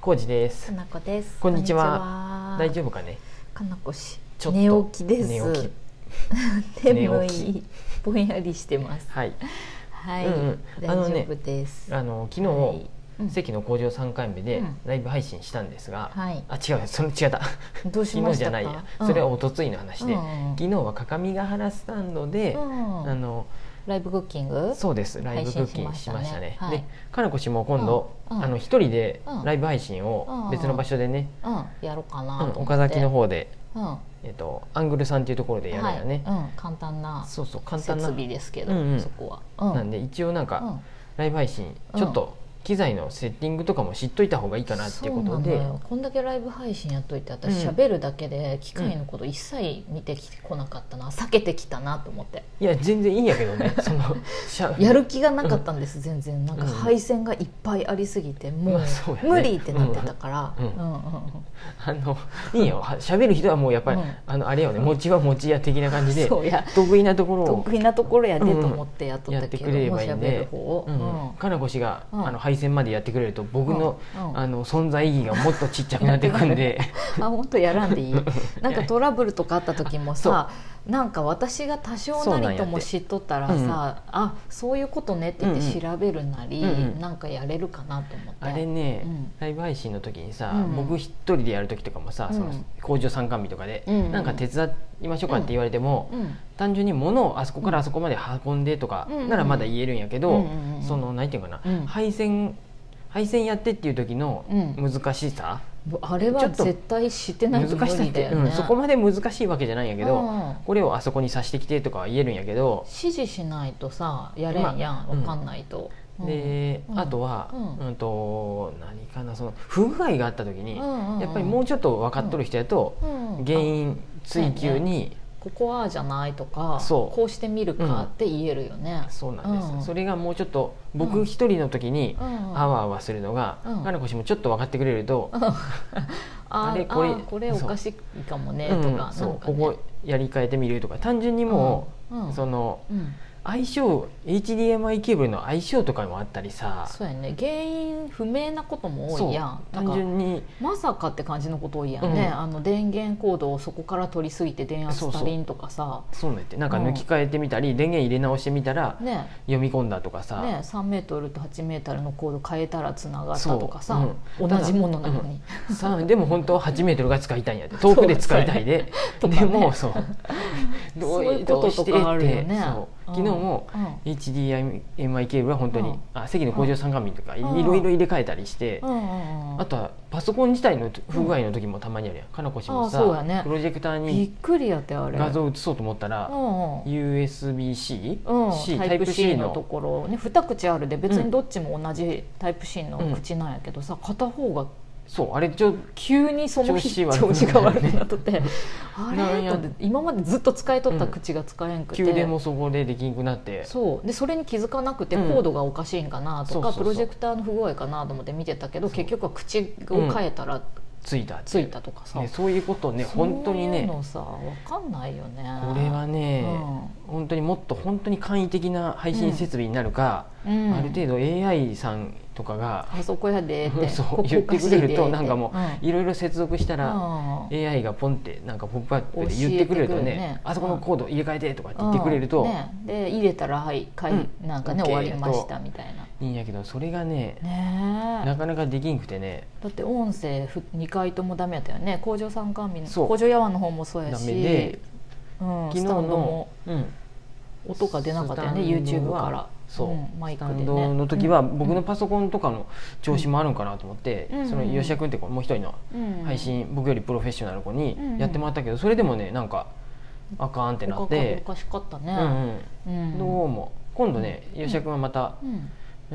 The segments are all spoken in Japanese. コウジですか。なこです。こんにちはこん大にち丈は。夫かね。かなこ氏。ちょっと寝起きです。寝起き。眠寝起い。ぼんやりしてます。はい。はい。うんうんあ大の丈ね夫です。あの昨日、はいうん関の工場三回目でうんライブ配信したんですが、はい。あ違うその違った。どうし昨ま日しじたゃなか。いや。それはうん一昨日の話で、うん昨日は各務原スタンドで、うんあのライブクッキング。そうですライブクッキング配信ししままししたたねね。はいで、かなこ氏も今度、うんうんあの一人でうんライブ配信を別の場所でね、うん。やろうかうんなと思って。岡崎の方で。うん。はえっと、アングルさんっていうところでい。やるよね、うん。簡単な。そうそう簡設単な備ですけどうんうん、そこは。なんで一応なんか、うん。ライブ配信うんちょっと機材のセッティングとかも知っといた方がいいかなっていうことそうでなのよこんだけライブ配信やっといて私うん喋るだけで機械のこと一切見てきてこなかったな、避けてきたなと思っていや全然いいんやけどねそ のしゃやる気がなかったんです全然なんかうん配線がいっぱいありすぎても まあそううやね無理ってなってたからううんんうんあのいい よは喋る人はもうやっぱり、うんあのあれよね持ちは持ちや的な感うじんでそうや得意なところを得意なところやでと思ってやっとやっったてけくど、もれれうばいいん喋るで方を、ううんんかなこ氏が、うんあの配線までやってくれると僕の,、うんあの存在意義がもっとちっちゃくなっていくんであ本当やらん でいいなんかトラブルとかあった時もさなんか私が多少そうななんやりとっても知っとったらさ、うんうんあそういうことねって言っうんうんて調べるなり、うんうんなんかやれるかなと思ってあれね、うんライブ配信の時にさ、うん僕一人でやる時とかもさ、そのうん工場参観日とかで、うんなんか手伝いましょうかって言われても、うん単純に物をあそこからあそこまで運んでとかうんならまだ言えるんやけど、うんうんうんその何て言うかな、うん配線配線やってっていう時のうん難しさ、あれちょはっと絶対知ってない難と無しさっ理だて、ようんね、そこまで難しいわけじゃないんやけど、うんこれをあそこにさしてきてとかは言えるんやけど、指示しないとさやれんやん、まあうんわかんないと、うんで、うんあとは、ううんん、と何かなその不具合があった時に、うんうんやっぱりもうちょっと分かっとる人やと、うん原因追求にここはじゃないとかそうこうしてみるかって言えるよね、そうなんです、うんそれがもうちょっとう僕ん一人の時に、うんうんあわあわするのが、うんかなこ氏もちょっと分かってくれると、ああれれここれれこれおかしいかもねとうか、んなんか、ね、そうここやり替えてみるとか単純にもう、うんうんそのうん、相性 HDMI ケーブルの相性とかもあったりさそうやね原因不明なことも多いやんそなうんか単純にまさかって感じのこと多いやんね、うんあの電源コードをそこから取りすぎて電圧足りんとかさそうなんやってなんか抜き替えてみたり、電源入れ直してみたら、ね読み込んだとかさ、ね3メートルと8メートルのコード変えたらつながっそたうとかさ、うん同じものなのに、さでも本当は8メートルが使いたいん やって遠くで使いたいで、そうでそうもそう どうそういうこととかあるよねそううん昨日もうん HDMI ケーブルは本当に、うんあ席の工場参加日とか、うんいろいろ入れ替えたりして、うんうんうんあとはパソコン自体の不具合の時もたまにあるやん、かなこ氏もあそうさ、やねプロジェクターびっにくりやってあれ画像映そうと思ったら、うんうん USB-C、うん、 C タイプ C のとのころね2口あるで別うんにどっちも同じタイプ C の口なんやけどさ、片方がそうあれちょ急にその日調子が悪くなっと ってあなんれやと思って今までずっと使いとった口が使えんくて、給電もそこでできなくなってそうでそれに気づかなくてコうんードがおかしいんかなそとか、うそうそうプロジェクターの不具合かなと思って見てたけどそう結局は口を変えたらついたってついういたとかさ、ね、そういうことね本当にそういうねのさわかんないよねこれはね、本当にもっと本当に簡易的な配信設備になるか、うんうんある程度 AI さんとかが、あそこやでって そうここ言ってくれるとなんかおもかしいでってういろいろ接続したら、うん AI がポンってなんかポップアップで言ってくれるとね教えてくれるねあそこのコード入れ替えてとかって言ってくれると、うんね、で入れたら「はい、かいうんなんかね OK 終わりました」みたいないいんやけどそれがねねなえかなかできんくてねだって音声2回ともダメやったよね工場参観日そうの工場やわの方もそうやダしメでうん、昨日スタンドもの、うん、音が出なかったよねスタンド YouTube はからそう、んマイスクタで、ね、ンドの時はうん僕のパソコンとかの調子もあるんかなと思って、うんその吉田君ってこうもう一人のうん配信僕よりプロフェッショナルの子にうんやってもらったけどそれでもねなんかあかんってなっおて、かしかったうね、んううんん、どうも今度ね吉田君はまたうん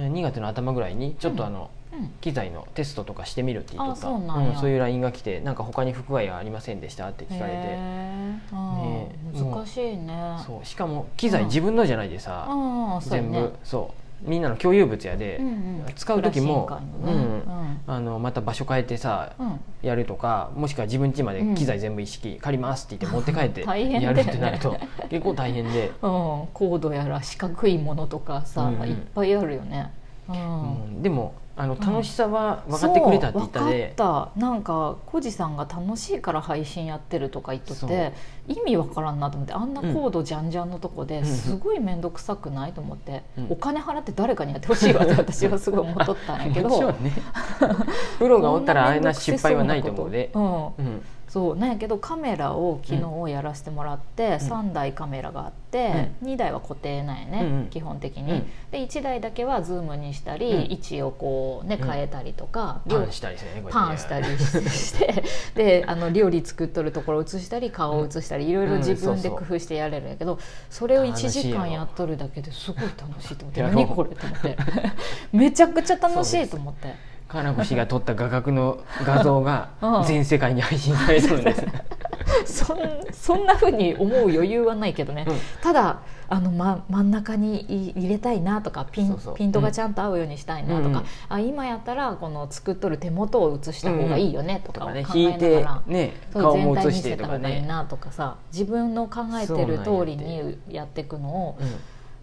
うん2月の頭ぐらいにちょっとあのうん機材のテストとかしてみるって言っとったあそうなんやそういう LINE が来てなんか他に不具合はありませんでしたって聞かれてへえうんねえ難しいねそうしかも機材うん自分のじゃないでさ、ああそうや全ね部そうみんなの共有物やで、うんうん使う時もクラシックう界のねんあのまた場所変えてさ、うんうんやるとかもしくは自分家まで機材全部一式借りますって言って持って帰って 大変だよねやるってなると結構大変で、うん、コードやら四角いものとかさ、うんうんいっぱいあるよね。うんうんでもあのん楽しさは分かってくれたって言ったで、そう分かったなんかコジさんが楽しいから配信やってるとか言っとっそうて意味わからんなと思ってあんなうんコードじゃんじゃんのとこうんですごい面倒くさくないと思って、うんお金払って誰かにやってほしいわ って私はすごい思っとったんやけどもちろん ねプロがおったらあんなこん失面倒くせそ敗なはないと思うでこ、とうんうんうん、そうなんやけどカメラを昨日やらせてもらって、うん3台カメラがあって、2台は固定なんやね、うんうん基本的に、うんで1台だけはズームにしたり、うん位置をこうねうん変えたりとか、パンしたりしてねこうやってねパンした りしてであの料理作っとるところを映したり顔を映したりいろいろ自分で工夫してやれるんやけどそれを1時間やっとるだけですごい楽しいと思ってやろ何これと思って めちゃくちゃ楽しいと思ってカナコ氏が撮った画角の画像うんが全世界に配信されてるん ですそんそんなふうに思う余裕はないけどねうんただあの、ま、真ん中にい入れたいなとかピンそうそうピントがちゃんと合うようにしたいなとうんうかん、あ今やったらこの作っとる手元を映した方がいいよねととかをか考ね引えいながてら。ねそう顔全も体映見してせとたか方がいいねなとかさ自分の考えてる通りにやっていくのを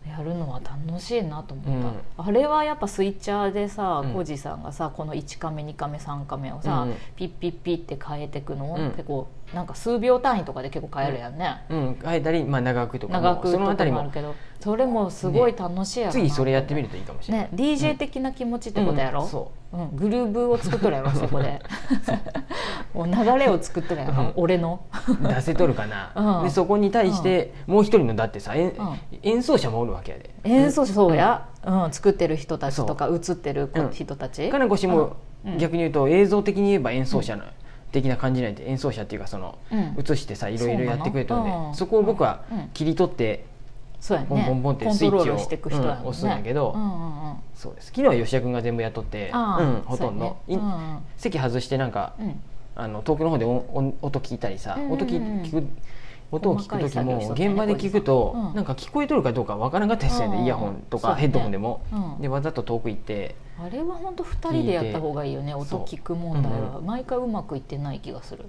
やるのは楽しいなと思った、あれはやっぱスイッチャーでさうんコージさんがさこの1カメ2カメ3カメをさ、うんうんピッピッピッって変えていくのを、うん結構なんか数秒単位とかで結構変えるやんね、うん、うん、変えたり、まあ、長くとかも長くそとのあかたりもあるもけどそれもすごい楽しいやろな次それやってみるといいかもしれない、ね DJ 的な気持ちってことやろ、うんそうん、グルーブを作っとるやろそこで もう流れを作っとるやろ、うん俺のう 出せとるかな、うんでそこに対して、もう一人のだってさ、えんうん演奏者もおるわけやで演奏者そうや、うん作ってる人たちとか映ってる子うん人たち、金子氏もうん逆に言うと映像的に言えば演奏者の、的な感じなんで演奏者っていうかそのうん映してさいろいろやってくれたのでそうそ,、なのこを僕はうん切り取って、そうやねボンボンボンってコントロースイッチルをしていく人やもんね、うん押すんやけどうんうんうんそうです昨日は吉田君が全部やっとって、あうあん、ほとんど、そうやねい席外してなんかうんうんうんあの遠くの方で音音音聞いたりさ、うんうんうん音聞聞く音を聞く時細かい作業しともったね現場で聞くと、うんなんか聞こえとるかどうかわからんかったりするんで、うんイヤホンとそうかやねヘッドホンでも、うんでわざと遠く行 ってあれは本当二人でやった方がいいよね聞いて音聞く問題そうは、毎回うまくいってない気が する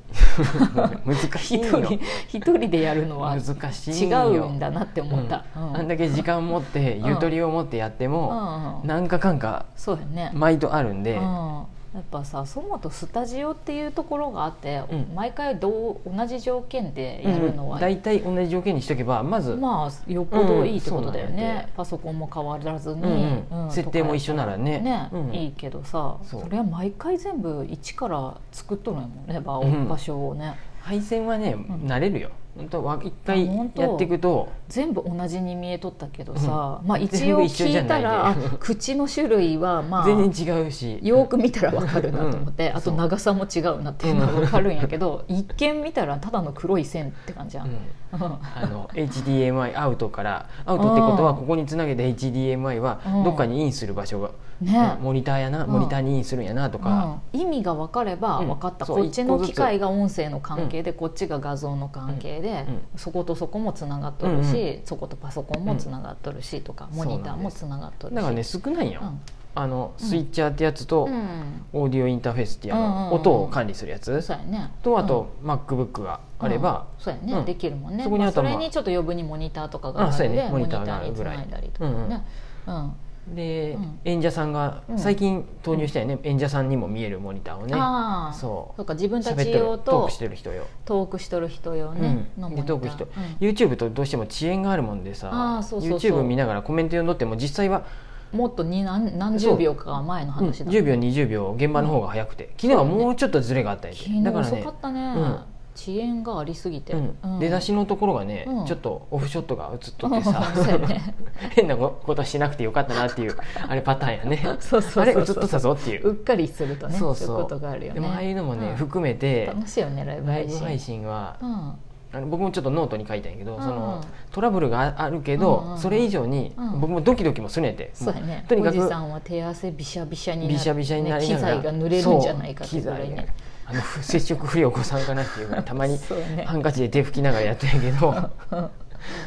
難しい一よ人一人でやるのは違難しいようんだなって思った、ううんんあんだけ時間持ってうんゆとりを持ってやっても、うんうんなんかかんかそうやね、毎度あるんで、うん、やっぱさそもそもスタジオっていうところがあって、うん毎回どう同じ条件でうんやるのは、大体同じ条件にしとけばまず、まあよっぽどいいってことだようんそうなんやねて、パソコンも変わらずに、うんうんうん設定も一緒ならねねうんいいけどさそうそれは毎回全部一から作っとるんやもんね場を、うん場所をね配線はね、ん慣れるよ本当は一回あ本当やっていくと全部同じに見えとったけどさ、うんまあ一応全部一緒じ聞ゃいなたいでらあ口の種類は まあ全然違うしよく見たらわかるなと思って、うんあと長さも違うなっていうのがわかるんやけど、一見見たらただの黒い線って感じや、うんんうんあの HDMI アウトからアウトってことうはんここにつなげて HDMI はうんどっかにインする場所が、ねうんモニターやな、うんモニターにインするんやなとか、うん意味が分かればうん分かった、そうこっち一の個ずつ機械が音声の関係で、こっちが画像の関係で、うんうんそことそこもつながっとるし、うんそことパソコンもつながっとるしとか、うんモニターもつながっとるしだからね少ないやん、うんあのスイッチャーってやつと、うんオーディオインターフェースっていうあうんうんうんの音を管理するやつ、そうやねとあと、MacBook があれば、うんそうやね、うんできるもんそねそこにあとそれまあにちょっと余分にモニターとかがああそうるやねモので、モニニタターがあーるにぐつらいないだりとかね、うんで、うん演者さんがうん最近投入したよね、演者さんにも見えるモニターをねああそうか自分た喋っちてる用トーとクしてる人よ、トークしとる人用ね、うんのモでニタトーークしてうん YouTube とどうしても遅延があるもんであさーそうそうそう YouTube 見ながらコメント読んどっても実際は、もっとに何何十秒か前うのん話だ、 10秒20秒現場の方が早くて、昨日はもうちょっとずれがあったり昨し日だから遅ねかったね、うん遅延がありすぎて、うんうん出だしのところがね、うんちょっとオフショットが映っとってさ そうやね 変なことしなくてよかったなっていうあれパターンやねそうそうそうそうあれ映っとったぞっていううっかりするとねそういうことがあるよでねもああいうのもね、ん含めて楽しいよねライブライ配ブ信配信はうんあの僕もちょっとノートに書いたんやけど、うんうんそのトラブルがああるけど、うんうんそれ以上に、うん僕もドキドキもするんやてそうやねとにかくおじさんは手汗びしゃびしゃになってビシャビシャになりながら、ね機材が濡れるんじゃないかっそてうぐらい機材ねがあの不接触不良を起こさんかなっていうぐらいたまにそうねハンカチで手拭きながらやってるけど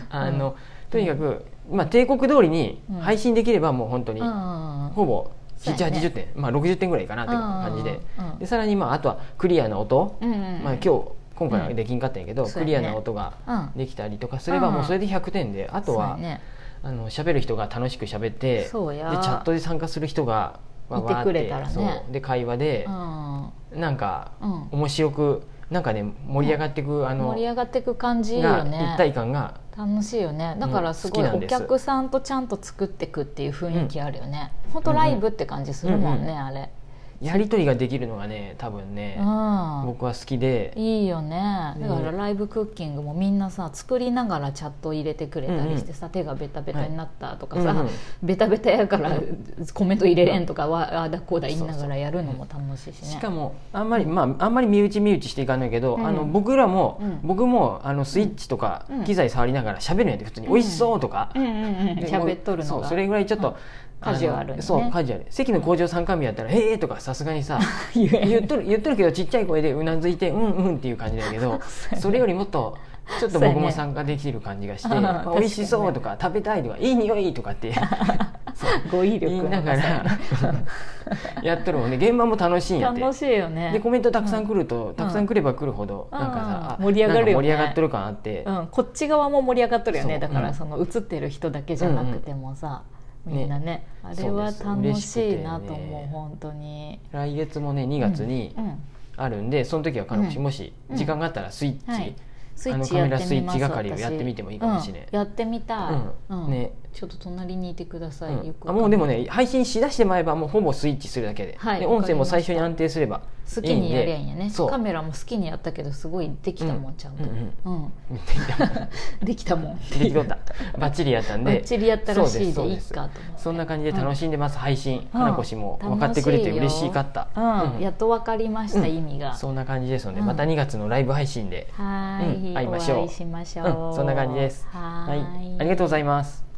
あのとにかく、まあ、帝国通りにうん配信できればもう本当に、うんうんうんほぼそうやね780点、まあ、60点ぐらいかなっていう感じで,、うんうんうんでさらに、まあ、あとはクリアな音、うんうんうんまあ、今日今回はできんかったんやけど、うんそうクやリねアな音がうんできたりとかすれば、うんもうそれで100点であとそうやは、ねあの喋る人が楽しく喋ってでチそうやャットで参加する人がわいてくれたらねわーってそうで会話でうんなんかうん面白くなんかね盛り上がってくあの盛り上がっていく感じいいよがね一体感が楽しいよねだからすごういん好きなんおです客さんとちゃんと作っていくっていう雰囲気あるよね、ほんとライブって感じするもんね、うんあれ、やり取りができるのがね多分ねう僕は好きでん、いいよねだからうんライブクッキングもみんなさ作りながらチャット入れてくれたりしてさ、手がベタベタになったとかはさ、いうんうんベタベタやからうコメント入れれんとか、わあだこうだ言いながらやるのも楽しいしねしかもあんまりまああんまり身内身内していかないけどうんあの僕らもうん僕もあのスイッチとかうん機材触りながら喋るんやで普通に「うんおいしそう」とかうんうんうんで喋っとるそのうがそれぐらいちょっとあのカジュアルにねそうカジュアル席の工場参加日やったら「へえ」とかさすがにさ言えん言っとる言っとるけどちっちゃい声でうなずいて「うんうん」っていう感じだけどそれよりもっとちょっとそうや僕ねも参加できる感じがしてあーまあ確か「に美味しそう」とか「食べたい」とか「いい匂い」とかって語言彙力いのながなさらやっとるもんね現場も楽しいんやって楽しいよねでコメントたくさん来るとたくさん来れば来るほどうんなんかさあ盛り上がるよなねんか盛り上がってる感あってうん、こっち側も盛り上がっとるよそねうだかうらんその映ってる人だけじゃなくてもさ、うんみんなねあれはそうです楽しいなと嬉しくて思う、ね本当に来月もね2月にうんうんあるんでその時は彼女うんもしうん時間があったらスイッはチいスイッチあのカやメラってみますスイッチ係をやってみてもいいかもしれん私うんやってみたい、うんねちょっと隣にいてください、うんよくあもうでもね配信しだしてまえばもうほぼスイッチするだけで,、はいでわか音りました声も最初に安定すれば好いいきんでにやれんやねそうカメラも好きにやったけどすごいできたもんちゃんと、うんうんうん見ていたできたもんできと ったバッチリやったんばでっちりやったらしいそうでいいすそうかすと思ってそんな感じで楽しんでます、配信うん花子氏も分かってくれて嬉しかった、うんうんやっと分かりました、うん意味がそんな感じですので、うんまた2月のライブ配信ではーい、うん会いましょうお会いしましょう、うんそんな感じですははーいありがとうございます